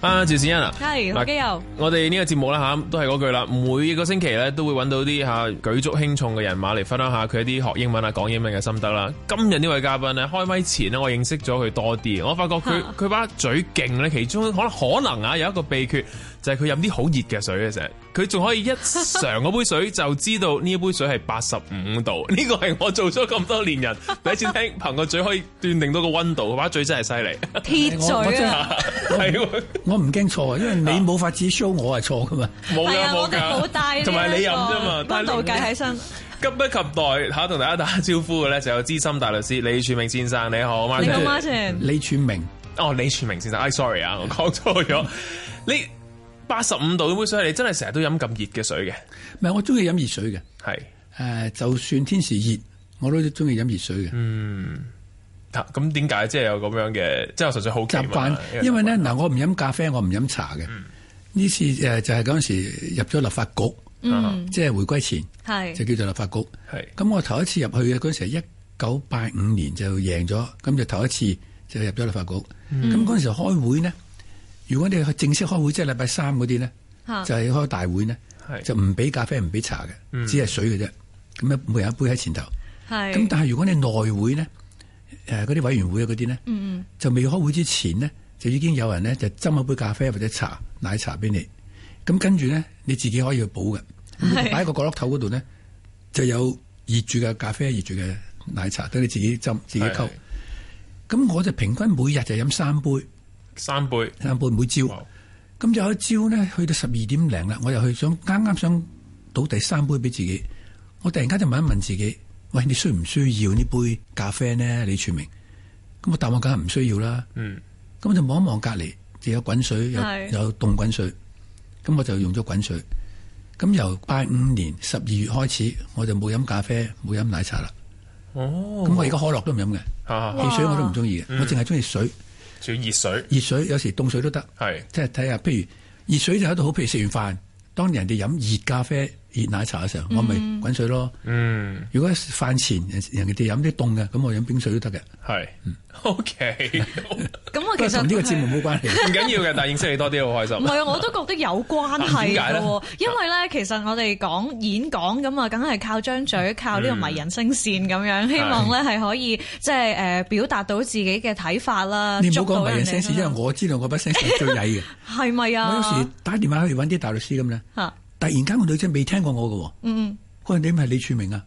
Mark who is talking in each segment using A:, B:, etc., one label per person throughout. A: 啊，趙善恩啊，
B: 係何基佑
A: 我哋呢個節目啦吓，都係嗰句啦，每個星期咧都會揾到啲吓舉足輕重嘅人馬嚟分享下佢一啲學英文啊、講英文嘅心得啦。今日呢位嘉賓咧，開咪前咧，我認識咗佢多啲，我發覺佢
B: 嚇
A: 佢把嘴勁咧，其中可能可能啊有一個秘訣就係佢飲啲好熱嘅水嘅成日，佢仲可以一嘗嗰杯水就知道呢一杯水係八十五 度，呢個係我做咗咁多年人第一次聽，憑個嘴可以斷定到個溫度，佢把嘴真係犀利，
B: 鐵
C: 我我
B: 嘴
C: 真
B: 啊！
A: 係喎啊
C: 我唔驚錯，啊因為你冇法子 show 我係錯噶嘛。
A: 冇
B: 係
A: 㗎
B: 啊，我
A: 冇
B: 哋
A: 㗎，
B: 冇帶
A: 同埋你飲啫嘛，但係
B: 温度計
A: 你
B: 喺身。
A: 急不及待嚇同大家打下招呼嘅咧，就有資深大律師李柱銘先生，你好
B: 你好
A: ，Martin。
B: Martin，
C: 李柱明，
A: 哦，李柱銘先生，哎，sorry 啊，我講錯 咗。你八十五度嗰杯水，你真係成日都飲咁熱嘅水嘅，
C: 唔係我中意飲熱水嘅，誒、
A: 係
C: 就算天時熱，我都中意飲熱水嘅、
A: 嗯啊咁點解即係有咁樣嘅？即係我純粹好奇啊
C: 習
A: 嘛
C: 慣。因為咧嗱，我唔飲咖啡，我唔飲茶嘅。
A: 嗯
C: 呢、次誒、就係嗰陣時入咗立法局，
B: 嗯，
C: 即係回歸前就
B: 係
C: 叫做立法局。
A: 係
C: 咁我頭一次入去嘅嗰陣時係一九八五年就贏咗，咁就頭一次就入咗立法局。
A: 嗯
C: 咁嗰陣時開會呢，如果你去正式開會，即係禮拜三嗰啲呢，
B: 嚇
C: 就係開大會呢，
A: 係嗯
C: 就唔俾咖啡唔俾茶嘅，只係水嘅啫。咁一每人一杯喺前頭。
B: 係
C: 咁但係如果你內會呢，誒嗰啲委員會啊嗰啲呢，就未開會之前呢，就已經有人呢，就斟一杯咖啡或者茶、奶茶俾你。咁跟住呢，你自己可以去補嘅。咁你擺喺個角落頭嗰度呢，就有熱住嘅咖啡、熱住嘅奶茶，等你自己斟、自己溝
A: 係。
C: 咁我就平均每日就飲三杯，
A: 三杯，
C: 三杯每朝。
A: 哇
C: 咁就有一朝呢，去到十二點零啦，我又去想啱啱想倒第三杯俾自己，我突然間就問一問自己：，喂，你需唔需要呢杯咖啡呢？李柱明，咁我答案梗係唔需要啦。
A: 嗯，
C: 咁我就望一望隔離，就有滾水，有
B: 係
C: 有凍滾水，咁我就用咗滾水。咁由八五年十二月開始，我就冇飲咖啡，冇飲奶茶啦。
A: 哦，啊嗯
C: 咁我而家可樂都唔飲嘅，
A: 嚇
B: 哇
C: 汽水我都唔中意嘅，我淨係中意水，
A: 仲要熱水，
C: 熱水有時凍水都得。
A: 係
C: 即係睇下，譬如熱水就喺度好，譬如食完飯，當人哋飲熱咖啡、熱奶茶嘅時候，我咪滾水咯。
A: 嗯。
C: 如果飯前人人哋飲啲凍嘅，咁我飲冰水都得嘅。
A: 係，OK，唔
B: 咁我
C: 不過
B: 其實
C: 同呢個節目冇 關係。
A: 緊要嘅，但係認識你多啲好開
B: 唔
A: 心。
B: 係啊，我都覺得有關係
A: 啊點解
B: 嘅
A: 咧
B: 喎，因為咧其實我哋講演講咁啊，梗係靠張嘴，靠呢個迷人聲線咁樣，希望咧係可以即係誒表達到自己嘅睇法啦。
C: 你唔好
B: 捉到
C: 講迷人
B: 哋
C: 聲線，
B: 啦
C: 因為我知道我把聲線係最曳嘅。
B: 係咪
C: 我
B: 啊？
C: 有時打電話去揾啲大律師咁咧，
B: 嚇
C: 突然間個女仔未聽過我嘅喎，
B: 嗯嗯，
C: 佢話你咪係李柱明 啊？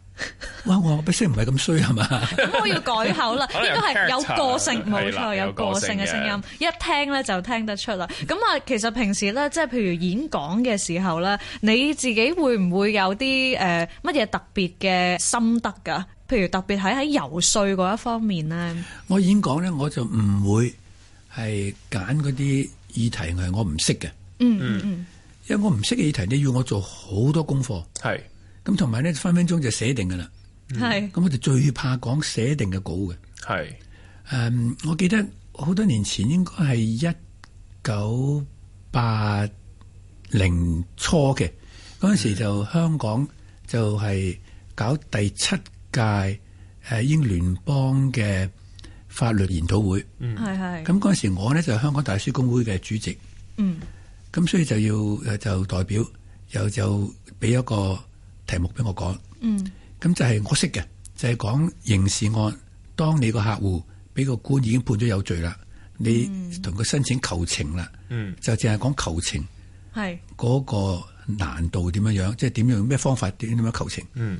C: 哇！我話我把聲唔係咁衰係嘛？
B: 咁我要改口啦，
A: 可能有
B: 應該係有
A: character
B: 個性，冇
A: 係啦
B: 錯，有
A: 有
B: 個
A: 個
B: 性
A: 性
B: 嘅
A: 嘅
B: 聲音，一聽咧就聽得出啦。咁啊，其實平時咧，即係譬如演講嘅時候咧，你自己會唔會有啲誒乜嘢特別嘅心得㗎？譬如特別喺喺游説嗰一方面咧，
C: 我演講咧，我就唔會係揀嗰啲議題係我唔識嘅，
B: 嗯嗯嗯，
C: 因為我唔識嘅議題，你要我做好多功課。
A: 係，
C: 咁同埋咧分分鐘就寫定噶啦。
B: 係
C: 咁我哋最怕講寫定嘅稿嘅。誒、嗯
A: 係，
C: 我記得好多年前應該係一九八零初嘅嗰陣時，就香港就係搞第七屆誒英聯邦嘅法律研討會。
B: 係係，
C: 嗯咁嗰陣時我呢就係香港大律師公會嘅主席。
B: 嗯
C: 咁所以就要誒就代表又就俾一個題目俾我講，
B: 嗯
C: 咁就係我識嘅，就係、講刑事案。當你個客戶俾個官已經判咗有罪啦，你
B: 嗯
C: 同佢申請求情啦，
A: 嗯
C: 就淨係講求情
B: 係
C: 嗰個難度點樣樣，即係點樣咩方法點點樣求情。
A: 嗯，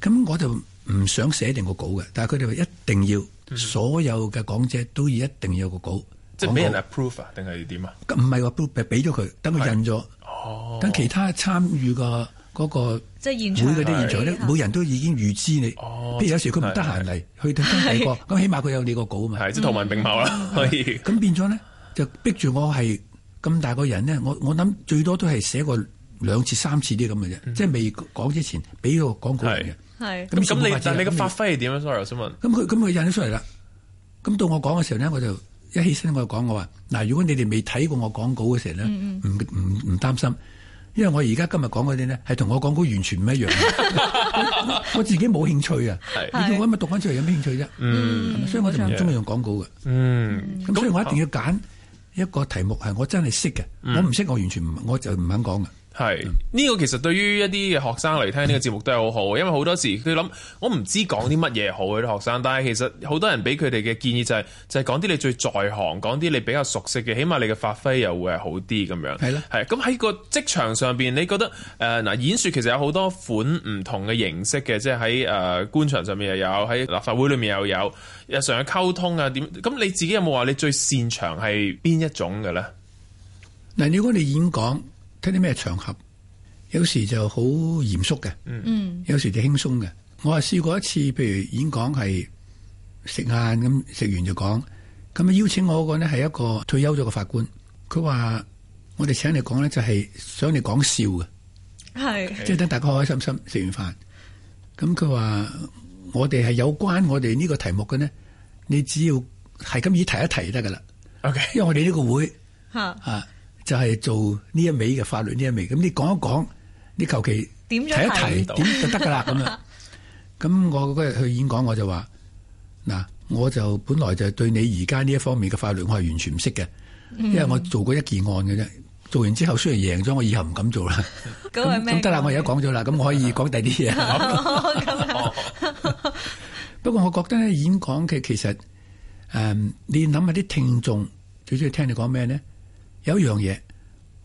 C: 咁我就唔想寫定個稿嘅，但係佢哋話一定要、所有嘅講者都要一定要有個稿，
A: 嗯即係俾人
C: 講稿
A: approve 啊，定係點啊？
C: 咁唔係話俾俾咗佢，等佢印咗。
A: 哦
C: 等其他參與個嗰個
B: 即係現場
C: 會嗰啲現場咧
B: 嗰啲，
C: 每人都已經預知你。
A: 哦
C: 譬如有時佢唔得閒嚟，去到 新帝國，咁起碼佢有你個稿啊嘛。
A: 係即係圖文並茂啦，可以
C: 咁變咗咧，就逼住我係咁大個人咧，我我諗最多都係寫過兩次、三次啲咁嘅啫，即係未講之前俾個廣告人嘅。
B: 係
A: 咁
C: 先
A: 咁
C: 冇法
A: 你
C: 子
A: 但
C: 啦
A: 你嘅
C: 咁
A: 發揮係點樣？sorry，我想問。
C: 咁佢咁佢印咗出嚟啦。咁到我講嘅時候咧，我就一起身我就講我話嗱，如果你哋未睇過我講稿嘅時候咧，唔唔唔擔心，因為我而家今日講嗰啲咧係同我講稿完全唔一樣。 我我自己冇興趣啊，
A: 係
C: 你叫我咪讀翻出嚟有咩興趣啫？係咪所以我就唔中意用廣告嘅。
A: 嗯，
C: 咁所以我一定要揀一個題目係我真係識嘅，
A: 嗯
C: 我唔識我完全唔我就唔肯講嘅。
A: 係呢個其實對於一啲嘅學生嚟聽呢個節目都係好好，因為好多時佢諗我唔知講啲乜嘢好嘅啲學生，但係其實好多人俾佢哋嘅建議就係、就係講啲你最在行，講啲你比較熟悉嘅，起碼你嘅發揮又會係好啲咁樣。
C: 係啦
A: 係啊咁喺個職場上邊，你覺得誒呃嗱、演說其實有好多款唔同嘅形式嘅，即係喺誒官場上面又有，喺立法會裏面又有，日常嘅溝通啊點咁你自己有冇話你最擅長係邊一種嘅咧？
C: 嗱，如果你演講，睇啲咩場合，有時就好嚴肅嘅，嗯，有時就輕鬆嘅。我係試過一次，譬如演講係食晏咁，食完就講。咁啊邀請我嗰個呢係一個退休咗嘅法官，佢話我哋請你講呢，就係想你講笑嘅。
B: 係
C: 即係等大家開開心心食完飯。咁佢話：我哋係有關我哋呢個題目嘅呢，你只要係咁以提一提就得㗎啦。
A: OK
C: 因為我哋呢個會
B: 嚇
C: 啊，就係、做呢一味嘅法律呢一味。咁你講一講，你求其提
B: 點
C: 一
B: 咗
C: 提
B: 題
C: 點就得㗎啦。咁樣。咁我嗰日去演講我就話：嗱，我就本來就對你而家呢一方面嘅法律我係完全唔識嘅，因為我做過一件案嘅啫。做完之後雖然贏咗，我以後唔敢做啦。
B: 嗰個
C: 咁
B: 咩？
C: 咁得啦，我而家講咗啦，啊咁我可以講第啲 嘢。
B: 哦咁樣
C: 不過我覺得咧，演講嘅其實誒、嗯你諗下啲聽眾最中意聽你講咩咧？有一樣嘢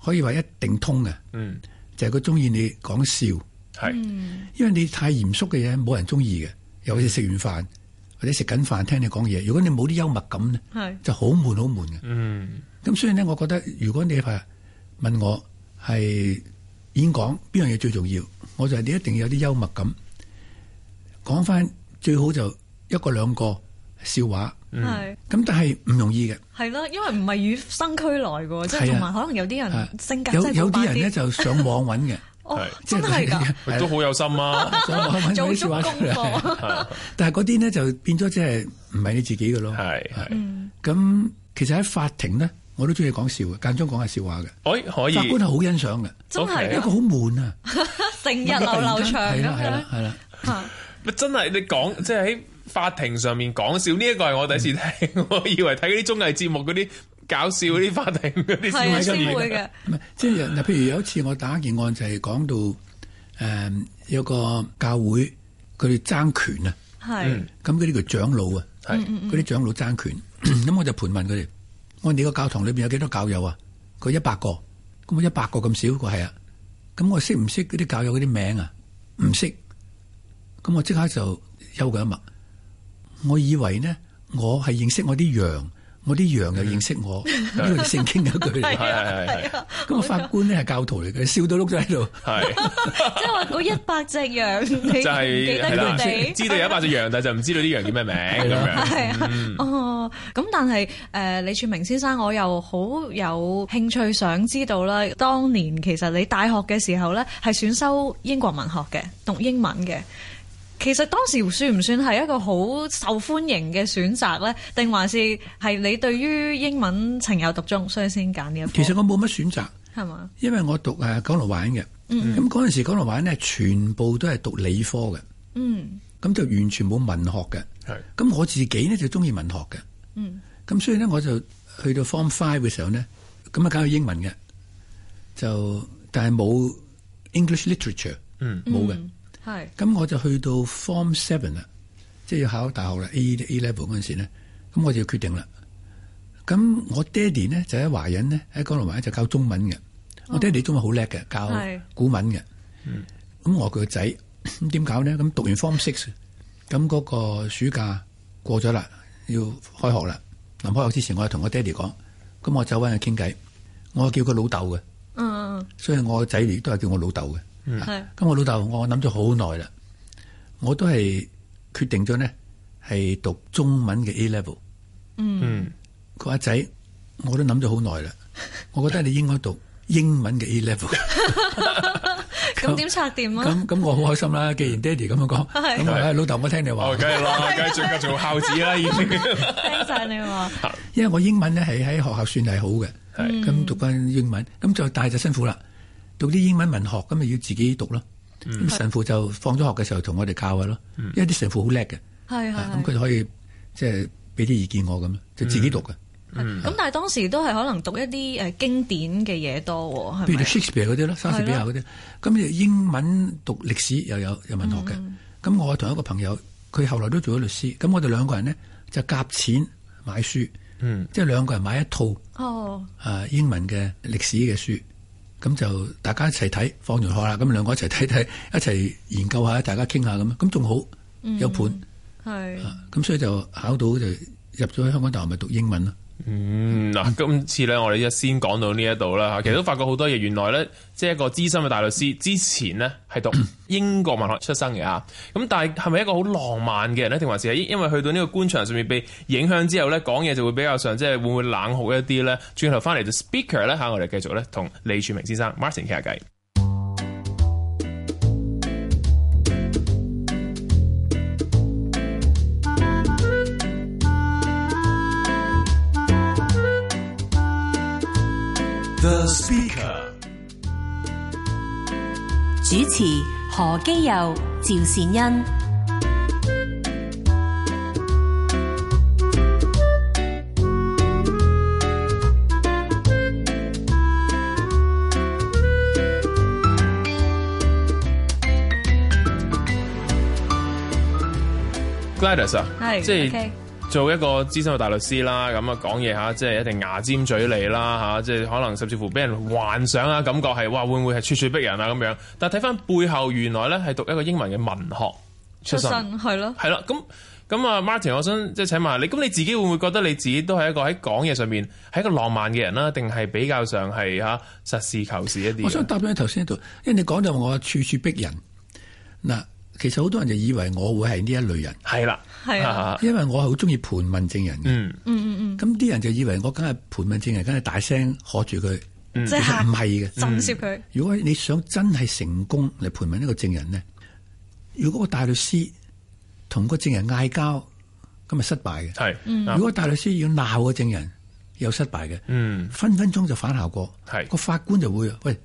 C: 可以話一定通嘅，
A: 嗯，
C: 就係佢中意你講笑，
A: 係。
C: 因為你太嚴肅嘅嘢冇人中意嘅，尤其是食完飯或者食緊飯聽你講嘢，如果你冇啲幽默感咧，
B: 係
C: 就好悶好悶嘅。
A: 嗯，
C: 咁所以咧，我覺得如果你係問我係演講邊樣嘢最重要，我就係你一定要有啲幽默感，講翻最好就一個兩個笑話。
B: 係
C: 咁但係唔容易嘅，
B: 係咯，因為唔係與生俱來嘅喎，即係
C: 係啊
B: 同埋可能有啲
C: 啊
B: 人嗯性格真
C: 有
B: 係
C: 有
B: 古板
C: 啲人咧就上網揾嘅，
B: 哦
A: 係
B: 真係㗎，
C: 係啦
A: 都好有心啊！
C: 上 網揾
B: 做
C: 啲
B: 足
C: 笑話
B: 功
C: 出嚟。
B: 課
C: 但係嗰啲咧就變咗即係唔係你自己嘅咯。
A: 係
C: 啊
A: 係，
C: 咁其實喺法庭咧，我都中意講笑嘅，間中講下笑話嘅。
A: 可以哎可以啊
C: 法官係好欣賞嘅，
B: 真係
C: 因為佢
B: 㗎
C: 好悶啊，
B: 成日流流長
C: 係啦
B: 咁
C: 係啦
B: 樣
C: 係啦。
B: 嚇。
A: 咪真係你講即係喺法庭上面講笑呢一個係我第一次聽，我以為睇嗰啲綜藝節目嗰啲搞笑嗰啲法庭嗰啲
B: 係啊，
A: 先
B: 先
A: 會
B: 會
A: 出現。
B: 嘅，
C: 唔係，即係嗱，譬如有一次我打一件案就係講到誒、有個教會佢哋爭權啊，
A: 嗯
B: 係
C: 咁嗰啲叫長老啊，
A: 係
C: 嗰啲長老爭權， 咁我就盤問佢哋，我話你個教堂裏邊有幾多教友啊？佢一百個，咁我一百個咁少，佢係啊，咁我識唔識嗰啲教友嗰啲名啊？唔識，咁我即刻就休佢一默。我以為呢，我係認識我啲羊，我啲羊又認識我，呢個係聖經嘅一句嚟
A: 嗯
B: 啊
A: 係。係係係
C: 咁啊，法官咧係教徒嚟嘅，笑到碌咗喺度。
A: 係，
B: 即係話嗰一百隻 羊，你
A: 就
B: 唔記
A: 係
B: 得
A: 係啦
B: 佢，哋，
A: 知道有一百隻羊，但係就唔知道啲羊叫咩名咁樣。
B: 係啊，
A: 嗯
B: 哦，咁但係誒、呃李柱明先生，我又好有興趣想知道啦。當年其實你大學嘅時候呢，係選修英國文學嘅，讀英文嘅。其實當時算唔算係一個好受歡迎嘅選擇呢？定還是係你對於英文情有獨鍾，所以先揀呢一科？
C: 其實我冇乜選擇，
B: 係嘛？
C: 因為我讀誒港羅灣嘅。咁嗰陣時港羅灣咧，全部都係讀理科嘅。
B: 嗯，
C: 咁就完全冇文學嘅。
A: 係
C: 咁我自己呢，就中意文學嘅。
B: 嗯
C: 咁所以呢，我就去到 Form Five 嘅時候呢，咁啊搞去英文嘅，就但係冇 English literature，
B: 嗯
C: 冇嘅。
B: 係
C: 咁我就去到 Form Seven 啦，即係要考大學啦 A A level 嗰陣時咧，咁我就決定啦。咁我爹哋呢，就喺華人呢，喺港龍華人就教中文嘅，我爹哋中文好叻嘅，教
B: 係
C: 古文嘅。咁我個仔咁點搞呢？咁讀完 Form Six，咁嗰個暑假過咗啦，要開學啦。臨開學之前，我就同我爹哋講，咁我走揾佢傾偈，我叫佢老豆嘅，
B: 嗯，
C: 所以我個仔亦都係叫我老豆嘅。
B: 嗯係
C: 咁我老豆我諗咗好耐啦，我都係決定咗呢係讀中文嘅 A level。
A: 嗯，
C: 佢話仔，我都諗咗好耐啦，我覺得你應該讀英文嘅 A level。
B: 咁點拆掂啊？
C: 咁咁我好開心啦，既然爹哋咁樣講，咁我話老豆，我聽你話
A: 哦，，梗係啦，梗係做做孝子啦，已經。
B: 聽晒你話，
C: 因為我英文咧係喺學校算係好嘅，
B: 嗯
C: 咁讀翻英文，咁就但係就辛苦啦，讀啲英文文學咁咪要自己讀咯。
B: 嗯
C: 咁神父就放咗學嘅時候同我哋教下咯，因為啲神父好叻嘅，
B: 係
C: 啊
B: 係
C: 咁
B: 係。
C: 佢就可以即係俾啲意見我咁，就自己讀嘅。
B: 咁但係當時都係可能讀一啲誒經典嘅嘢多喎，
C: 譬
B: 係
C: 如
B: 咪？
C: Shakespeare 嗰啲啦，莎士比亞嗰啲，咁英文讀歷史又有有文學嘅。
B: 嗯
C: 咁、我同一個朋友，佢後來都做咗律師，咁我哋兩個人呢，就夾錢買書，
B: 嗯
C: 即係兩個人買一套
B: 哦，
C: 啊英文嘅歷史嘅書，咁就大家一齊睇，放完學啦，咁兩個一齊睇睇，一齊研究下，大家傾下咁，咁仲好
B: 嗯
C: 有盤，
B: 係。
C: 啊咁、所以就考到就入咗去香港大學咪讀英文咯。
A: 嗯，嗱，今次咧，我哋一先講到呢一度啦，其實都發覺好多嘢，原來咧，即係一個資深嘅大律師，之前呢係讀英國文學出身嘅啊，咁但係係咪一個好浪漫嘅人咧，定還是係因因為去到呢個官場上面被影響之後咧，講嘢就會比較上即係會唔會冷酷一啲咧？轉頭翻嚟就 speaker 咧嚇，我哋繼續咧同李柱銘先生 Martin 傾下偈。
D: The Speaker。
E: 主持何基佑、趙善恩。
A: Gladys 啊，
B: 係
A: 即係
B: OK
A: 做一個資深嘅大律師啦，咁啊講嘢嚇，即係一定牙尖嘴利啦嚇，即係可能甚至乎俾人幻想啊，感覺係哇會唔會係咄咄逼人啊咁樣？但係睇翻背後原來咧係讀一個英文嘅文學出
B: 出
A: 身，
B: 身係咯，
A: 係啦，咁咁啊 Martin，我想即係請問下你，咁你自己會唔會覺得你自己都係一個喺講嘢上面係一個浪漫嘅人啦，定係比較上係嚇實事求是
B: 啊
A: 一啲
C: 我想
A: 嘅？
C: 答咗你頭先一度，因為你講到我處處逼人嗱，其實好多人就以為我會係呢一類人，
A: 係啦，
B: 係啊
C: 因為我係好中意盤問證人嘅。
A: 嗯，
C: 咁啲、人就以為我梗係盤問證人，梗係大聲喝住佢，
B: 嗯即
C: 其實唔
B: 係
C: 係嘅。
B: 震攝佢，
C: 如果你想真係成功嚟盤問一個證人呢，如果個大律師同個證人嗌交，咁咪失敗嘅。
A: 係，
B: 嗯
C: 如果大律師要鬧個證人，又失敗嘅。
A: 嗯，
C: 分分鐘就反效果。
A: 係
C: 個法官就會喂，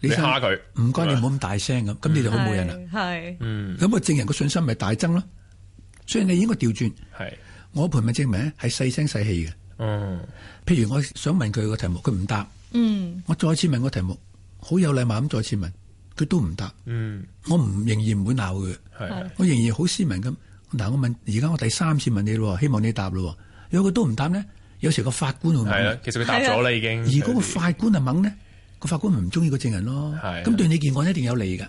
C: 你
A: 你
C: 生
A: 蝦佢嗯
C: 唔該你唔好咁大聲咁，咁你就好冇癮啦。
B: 係係
C: 咁個證人個信心咪大增咯。所以你應該調轉，
A: 係，
C: 我盤問證明咧係細聲細氣嘅。
A: 嗯，
C: 譬如我想問佢個題目，佢唔答，
B: 嗯
C: 我再次問個題目，好有禮貌咁再次問，佢都唔答，
A: 嗯，
C: 我唔仍然唔會鬧佢嘅，
A: 係。
C: 我仍然好斯文咁。嗱，我問而家我第三次問你咯，希望你答咯。如果佢都唔答呢，有時個法官會
A: 係啊
C: 問
A: 啦，。其實佢答咗
B: 啊
A: 啦已經。
C: 而嗰個法官係猛呢，個法官咪唔中意個證人咯。
A: 係嗯
C: 咁對你件案一定有利㗎，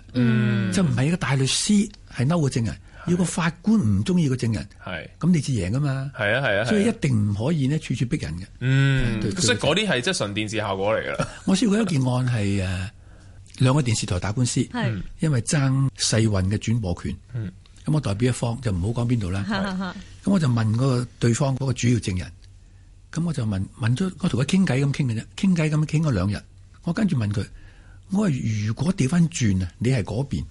C: 就唔係個大律師係嬲個證人，要個法官唔中意個證人，
A: 係
C: 咁你至贏㗎嘛。
A: 係啊係啊，
C: 所以
A: 係
C: 一
A: 啊
C: 定唔可以呢，處處逼人嘅。
A: 嗯
C: 對，對
A: 所以嗰啲係即係純電視效果嚟㗎啦。
C: 我試過一件案係誒兩個電視台打官司，
B: 係嗯
C: 因為爭世運嘅轉播權。咁我代表一方就唔好講邊度啦。
B: 哈哈哈
C: 咁我就問嗰個對方嗰個主要證人，咁我就問問咗我同佢傾偈咁傾嘅啫，傾偈咁傾咗兩日。我跟住問佢，我話如果調翻轉啊，你係嗰邊，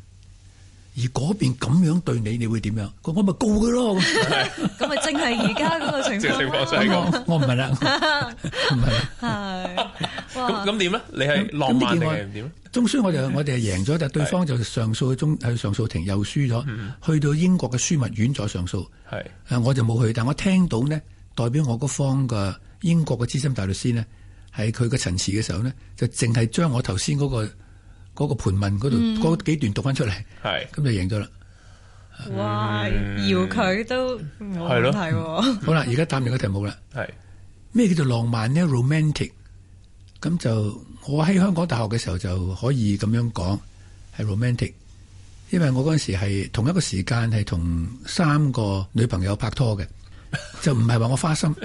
C: 而嗰邊咁樣對你，你會點樣？佢話我咪告佢咯。咁
B: 咁咪正係而家嗰個 情
A: 正情況就
B: 況
A: 係
B: 咯，
A: 咁
C: 我我唔問啦，我唔問啦。
B: 係
A: 咁
B: 哇，
A: 咁點咧？你係浪漫定係點咧？啊
C: 終須我就 我哋係贏咗，但對方就上訴中去上訴庭又輸咗，去到英國嘅樞密院再上訴。
A: 嗯係
C: 誒我就冇去，但我聽到呢，代表我嗰方嘅英國嘅資深大律師呢，喺佢嘅陳詞嘅時候呢，就淨係將我頭先嗰個嗰、個盤問嗰度嗰幾段讀翻出嚟，
A: 嗯係
C: 咁就贏咗啦。
B: 哇，搖佢都冇
A: 係咯
B: 問題喎，
C: 好啦，而家答完個題目啦，
A: 係
C: 咩叫做浪漫呢 r o m a n t i c 咁就我喺香港大學嘅時候就可以咁樣講係 romantic，因為我嗰陣時係同一個時間係同三個女朋友拍拖嘅，就唔係話我花心。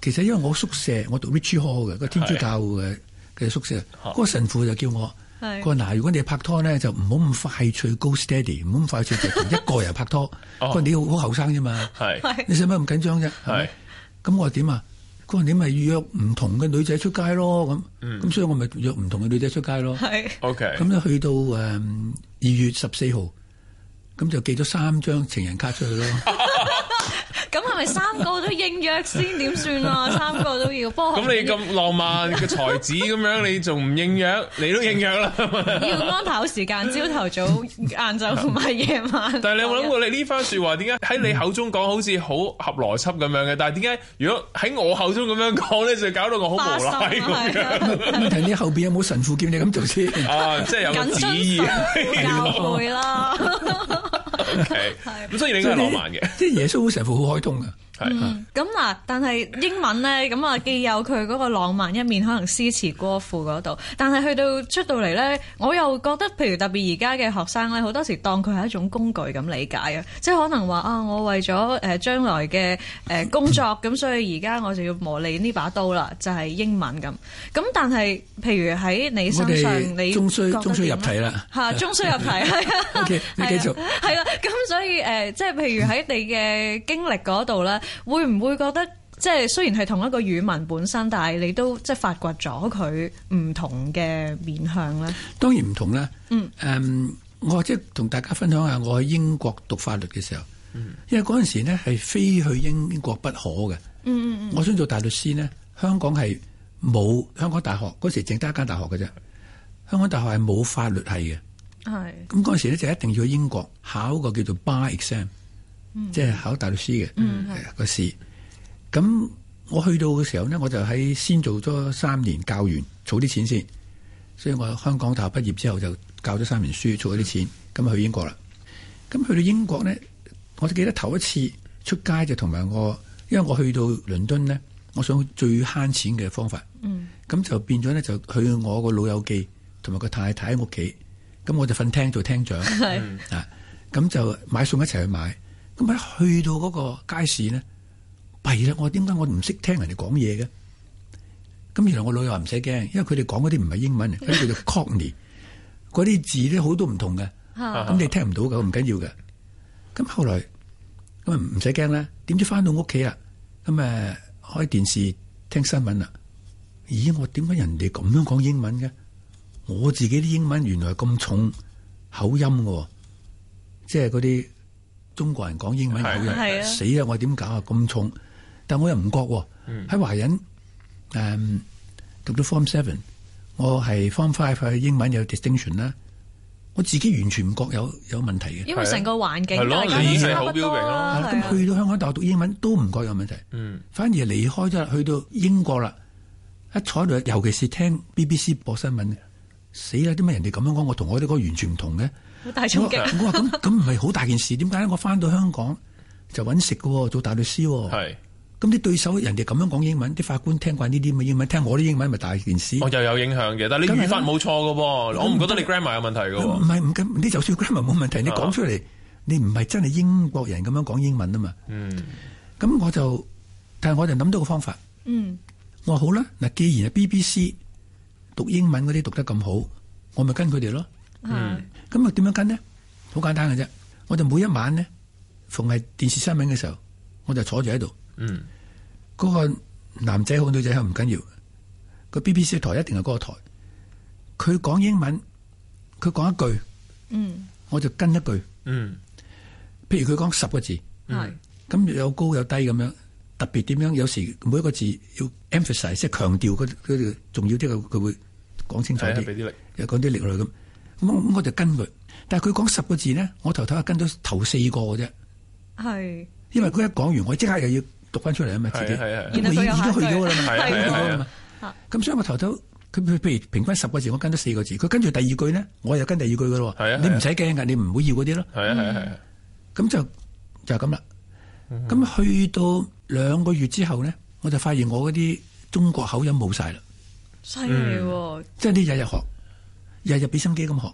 C: 其實因為我宿舍我讀 Richie Hall 嘅個天主教嘅嘅宿舍，嗰個神父就叫我
B: 係
C: 佢話嗱，如果你拍拖咧，就唔好咁快脆高 steady，唔好咁快脆就同一個人拍拖。
A: 哦
C: 佢話你好好後生啫嘛，
A: 係
B: 係
C: 你使乜咁緊張啫？
A: 係
C: 咁我話點啊？佢話你咪約唔同嘅女仔出街咯，咁咁、所以我咪約唔同嘅女仔出街咯。
B: 係
A: OK，
C: 咁咧去到誒二月十四號，咁就寄咗三張情人卡出去咯。
B: 咁係咪三個都應約先點 算啊？三個都要，不過
A: 咁你咁浪漫嘅才子咁樣，你仲唔應約？你都應約啦。
B: 要安排好時間，朝頭早、晏晝同埋夜晚。
A: 但係你有冇諗過你呢番説話點解喺你口中講好似好合邏輯咁樣嘅？但係點解如果喺我口中咁樣講咧，就搞到我好無
B: 花
A: 賴
B: 心
A: 咁樣
B: 啊係
C: 問題你後邊有冇神父叫你咁做先？
A: 啊？即係 有
B: 緊
A: 個旨
B: 遵
A: 意。
B: 守教會啦，
A: O K，咁所以你應該係浪漫嘅。
C: 即係耶穌好神父好開通啊噶。
A: 係
B: 咁嗱，但係英文咧，咁啊既有佢嗰個浪漫一面，可能詩詞歌賦嗰度，但係去到出到嚟咧，我又覺得，譬如特別而家嘅學生咧，好多時當佢係一種工具咁理解啊，即係可能話啊，我為咗誒將來嘅誒、呃工作，咁所以而家我就要磨利呢把刀啦，就係、英文咁。咁但係譬如喺你
C: 我
B: 身上，你
C: 哋終須
B: 覺得
C: 終須
B: 點
C: 入
B: 呢
C: 題啦。
B: 嚇，中須入題係啊
C: OK，你繼續
B: 係啦。咁所以誒、呃即係譬如喺你嘅經歷嗰度咧，會唔會覺得即係雖然係同一個語文本身，但係你都即係發掘咗佢唔同嘅面向咧？
C: 當然唔同啦。嗯，我即係同大家分享下我喺英國讀法律嘅時候，因為嗰陣時咧係非去英國不可嘅。嗯嗯我想做大律師呢，香港係冇香港大學嗰時，淨得一間大學嘅啫。香港大學係冇法律系嘅，
B: 係
C: 咁嗰陣時咧就一定要去英國考個叫做 bar exam，、即係考大律師嘅、誒個試。咁我去到嘅時候呢，我就喺先做咗三年教員，儲啲錢先。所以我香港大學畢業之後就教咗三年書，儲咗啲錢，咁去英國啦。咁去到英國呢，我記得頭一次出街就同埋我，因為我去到倫敦呢，我想最慳錢嘅方法，咁、就變咗呢，就去我個老友記同埋個太太屋企，咁我就瞓廳做廳長，啊，咁就買餸一齊去買。咁一去到嗰個街市呢，弊啦！我點解我唔識聽人哋講嘢嘅？咁原來我老友話唔使驚，因為佢哋講嗰啲唔係 英文，嗰啲叫做 Cockney，嗰啲字咧好多唔同嘅，咁你聽唔到嘅，唔緊要嘅。咁後來咁啊唔使驚啦，點知翻到屋企啦，啊咁誒開電視聽新聞啦，咦我點解人哋咁樣講英文嘅？我自己啲英文原來咁重口音嘅喎，即係嗰啲中國人講英文口
A: 係
B: 係
C: 音，
B: 啊
C: 死啦！我點搞啊咁重？但我又唔覺喎，
B: 嗯
C: 喺華人。誒、讀到 Form Seven，我係 Form Five 佢英文有 distinction 啦，我自己完全唔覺有有問題嘅。
B: 因為成個環境
A: 係咯
B: 大家
A: 你
B: 都
A: 係
B: 差
A: 好
B: 不
A: 標
B: 多
A: 明咯
B: 啦，
C: 啊
B: 係啊
C: 咁去到香港大學讀英文都唔覺有問題，
A: 嗯
C: 反而離開咗啦去到英國啦，一坐喺度，尤其是聽 BBC 播新聞，死啦！點解人哋咁樣講，我同我哋嗰個完全唔同嘅？
B: 好大衝擊。
C: 我話咁咁唔係好大件事，點解我翻到香港就揾食嘅喎，做大律師喎？
A: 係，
C: 咁啲對手人哋咁樣講英文，啲法官聽慣呢啲咁嘅英文，聽我啲英文咪大件事。
A: 我又有影響嘅。但係
C: 梗
A: 你
C: 係啦
A: 語法冇錯嘅喎，我唔覺得你 grammar 有問題嘅
C: 啊
A: 喎。
C: 唔係唔緊，你就算 grammar 冇問題，你
A: 啊
C: 講出嚟，你唔係真係英國人咁樣講英文啊嘛。
A: 嗯，
C: 咁我就，但係我就諗到個方法。
B: 嗯，
C: 我話好啦，嗱，既然係 BBC 讀英文嗰啲讀得咁好，我咪跟佢哋咯。
B: 嗯，
C: 咁啊點樣跟呢？好簡單嘅啫，我就每一晚呢，逢係電視新聞嘅時候，我就坐住喺度。
A: 嗯，
C: 嗰個男仔好女仔好唔緊要，個 BBC 台一定係嗰個台。佢講英文，佢講一句，
B: 嗯，
C: 我就跟一句。
A: 嗯，
C: 譬如佢講十個字，
B: 係
C: 咁有高有低咁樣，特別點樣？有時每一個字要 emphasize，即係強調嗰嗰個重要啲，佢佢會講清楚
A: 係啊
C: 啲，
A: 俾啲力
C: 又講啲力落去咁。咁我咁我就跟佢，但係佢講十個字咧，我頭頭係跟咗頭四個嘅啫，
B: 係。
C: 因為佢一講完，我即刻又要讀翻出嚟啊嘛，自己
A: 係啊係啊
C: 咁我已
B: 然後佢有下一
C: 已經去
B: 句
C: 咗㗎啦嘛，
A: 係啊
C: 已經去
A: 係啊
C: 咗㗎啦
A: 係
C: 嘛
A: 啊。
C: 咁所以我頭頭佢佢譬如平均十個字，我跟咗四個字，佢跟住第二句咧，我又跟第二句嘅咯
A: 係啊係
C: 喎。
A: 啊
C: 你唔使驚㗎，你唔好要嗰啲咯。
A: 係啊係啊係啊，
C: 咁就就係咁啦。
A: 嗯
C: 咁去到兩個月之後呢，我就發現我嗰啲中國口音冇晒啦，
B: 犀利喎！
C: 即係你日日學，日日俾心機咁學。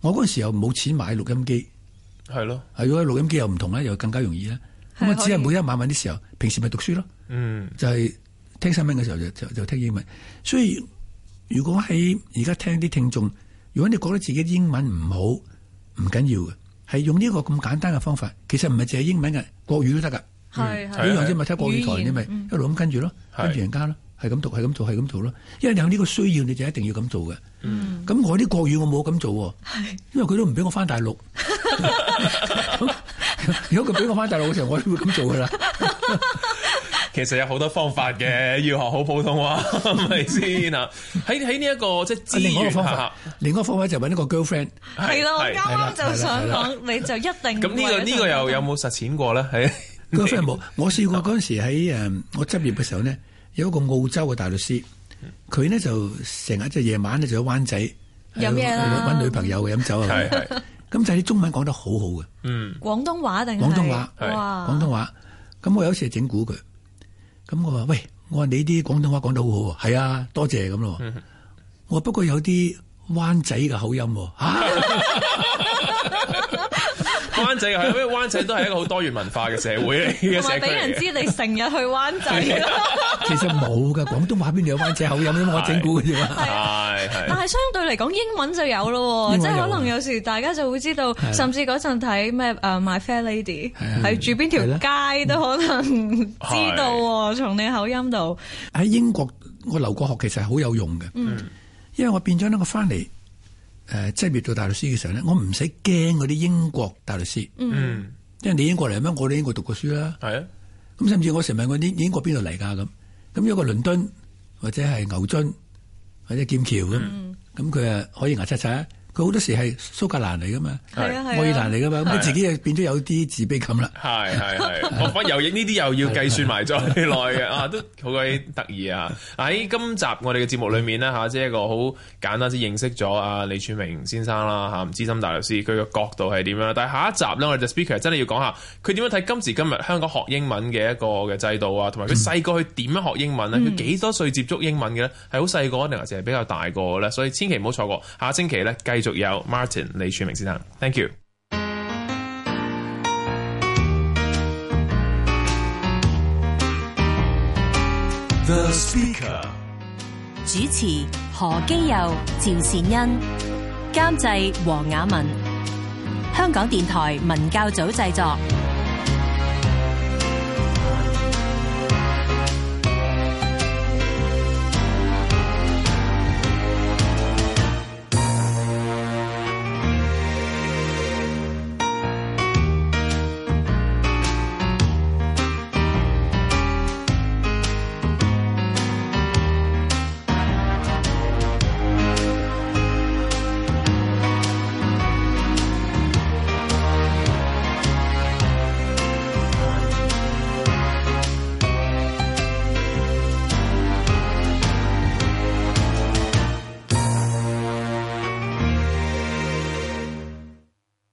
C: 我嗰陣時又冇錢買錄音機，
A: 係咯，
C: 係如果錄音機又唔同咧，又更加容易啦。咁我
B: 係
C: 只係
B: 可以
C: 每一晚揾啲時候，平時咪讀書咯，
A: 嗯
C: 就係、聽新聞嘅時候就就就聽英文。所以如果喺而家聽啲聽眾，如果你覺得自己啲英文唔好，唔緊要嘅，係用呢個咁簡單嘅方法，其實唔係淨係英文嘅，國語都得㗎。
B: 係
C: 一樣
B: 係
C: 啫嘛，睇國語台啫嘛
B: 語言，
C: 一路咁跟住咯，
A: 係
C: 跟住人家咯，係咁讀，係咁做，係咁做咯。因為你有呢個需要，你就一定要咁做嘅。咁我啲國語我冇咁做喎，因為佢都唔俾我翻大陸。咁如果佢俾我翻大陸嘅時候，我都會咁做噶啦。
A: 其實有好多方法嘅， 要學好普通話， 咪先啊？喺喺呢一個即係啊資
C: 啊另外一個
A: 源
C: 方
A: 下
C: 法，另外一個方法就揾一個 girlfriend。
B: 係啦，我啱啱就想
C: 係啦
B: 講，你就一定
A: 咁呢
B: 為
A: 個
B: 咗
A: 呢個又有冇實踐過咧？喺
C: girlfriend 冇，我試過嗰陣時喺誒我執業嘅時候呢，有一個澳洲嘅大律師，佢呢就成日即係夜晚呢就喺灣仔
B: 飲嘢啦
C: 揾女朋友嘅飲酒啊，
A: 係係
C: 咁就係啲中文講得好好嘅。
B: 廣東話定係
C: 廣東話
A: 係
B: 哇
C: 廣東話。咁我有一次係整蠱佢，咁我話喂，我話你啲廣東話講得好好喎，係啊，多謝咁咯。
A: 嗯
C: 我話不過有啲灣仔嘅口音 喎，啊
A: 灣仔係因為灣仔都係一個好多元文化嘅社會嚟嘅
B: 同
A: 社
B: 埋
A: 區
B: 俾人
A: 嚟嘅。
B: 知你成日去灣仔
C: 其實冇㗎，廣東話邊度有灣仔口音因為我整蠱佢啫嘛。
A: 係
B: 但
A: 係
B: 係相對嚟講，英文就有咯喎，
C: 英
B: 即
C: 文有啊
B: 係可能有時大家就會知道，
C: 係
B: 甚至嗰陣睇咩誒 My Fair Lady
C: 係啊
B: 係住邊條街都可能知道喎，從你口音度
C: 喺英國我留過學其實係好有用嘅，
A: 嗯
C: 因為我變咗呢，我翻嚟誒執業做大律師嘅時候呢，我唔使驚嗰啲英國大律師，
A: 嗯
C: 因為你英國嚟咩？我哋英國讀過書啦。
A: 係啊
C: 咁甚至我成日問佢啲英國邊度嚟㗎咁，咁有個倫敦或者係牛津或者劍橋咁，
B: 嗯
C: 咁佢啊可以牙刷刷，佢好多時係蘇格蘭嚟㗎嘛，
B: 係啊係啊
C: 愛爾蘭嚟㗎嘛，咁佢自己就變咗有啲自卑感啦。
A: 係係係，我反而又呢啲又要計算埋在內嘅啊，都好鬼得意啊！喺今集我哋嘅節目裏面咧啊嚇，即係一個好簡單先認識咗啊李柱銘先生啦嚇，資深大律師，佢嘅角度係點樣？但係下一集咧，我哋就 speaker 真係要講下佢點樣睇今時今日香港學英文嘅一個嘅制度啊，同埋佢細個去點樣學英文啊咧？佢幾多歲接觸英文嘅咧？係好細個定還是係比較大個嘅咧？所以千祈唔好錯過，下星期咧繼續有 Martin 李柱銘先生，thank you。
D: The speaker.
E: 主持何基佑、趙善恩，監製黃雅文，香港電台文教組製作。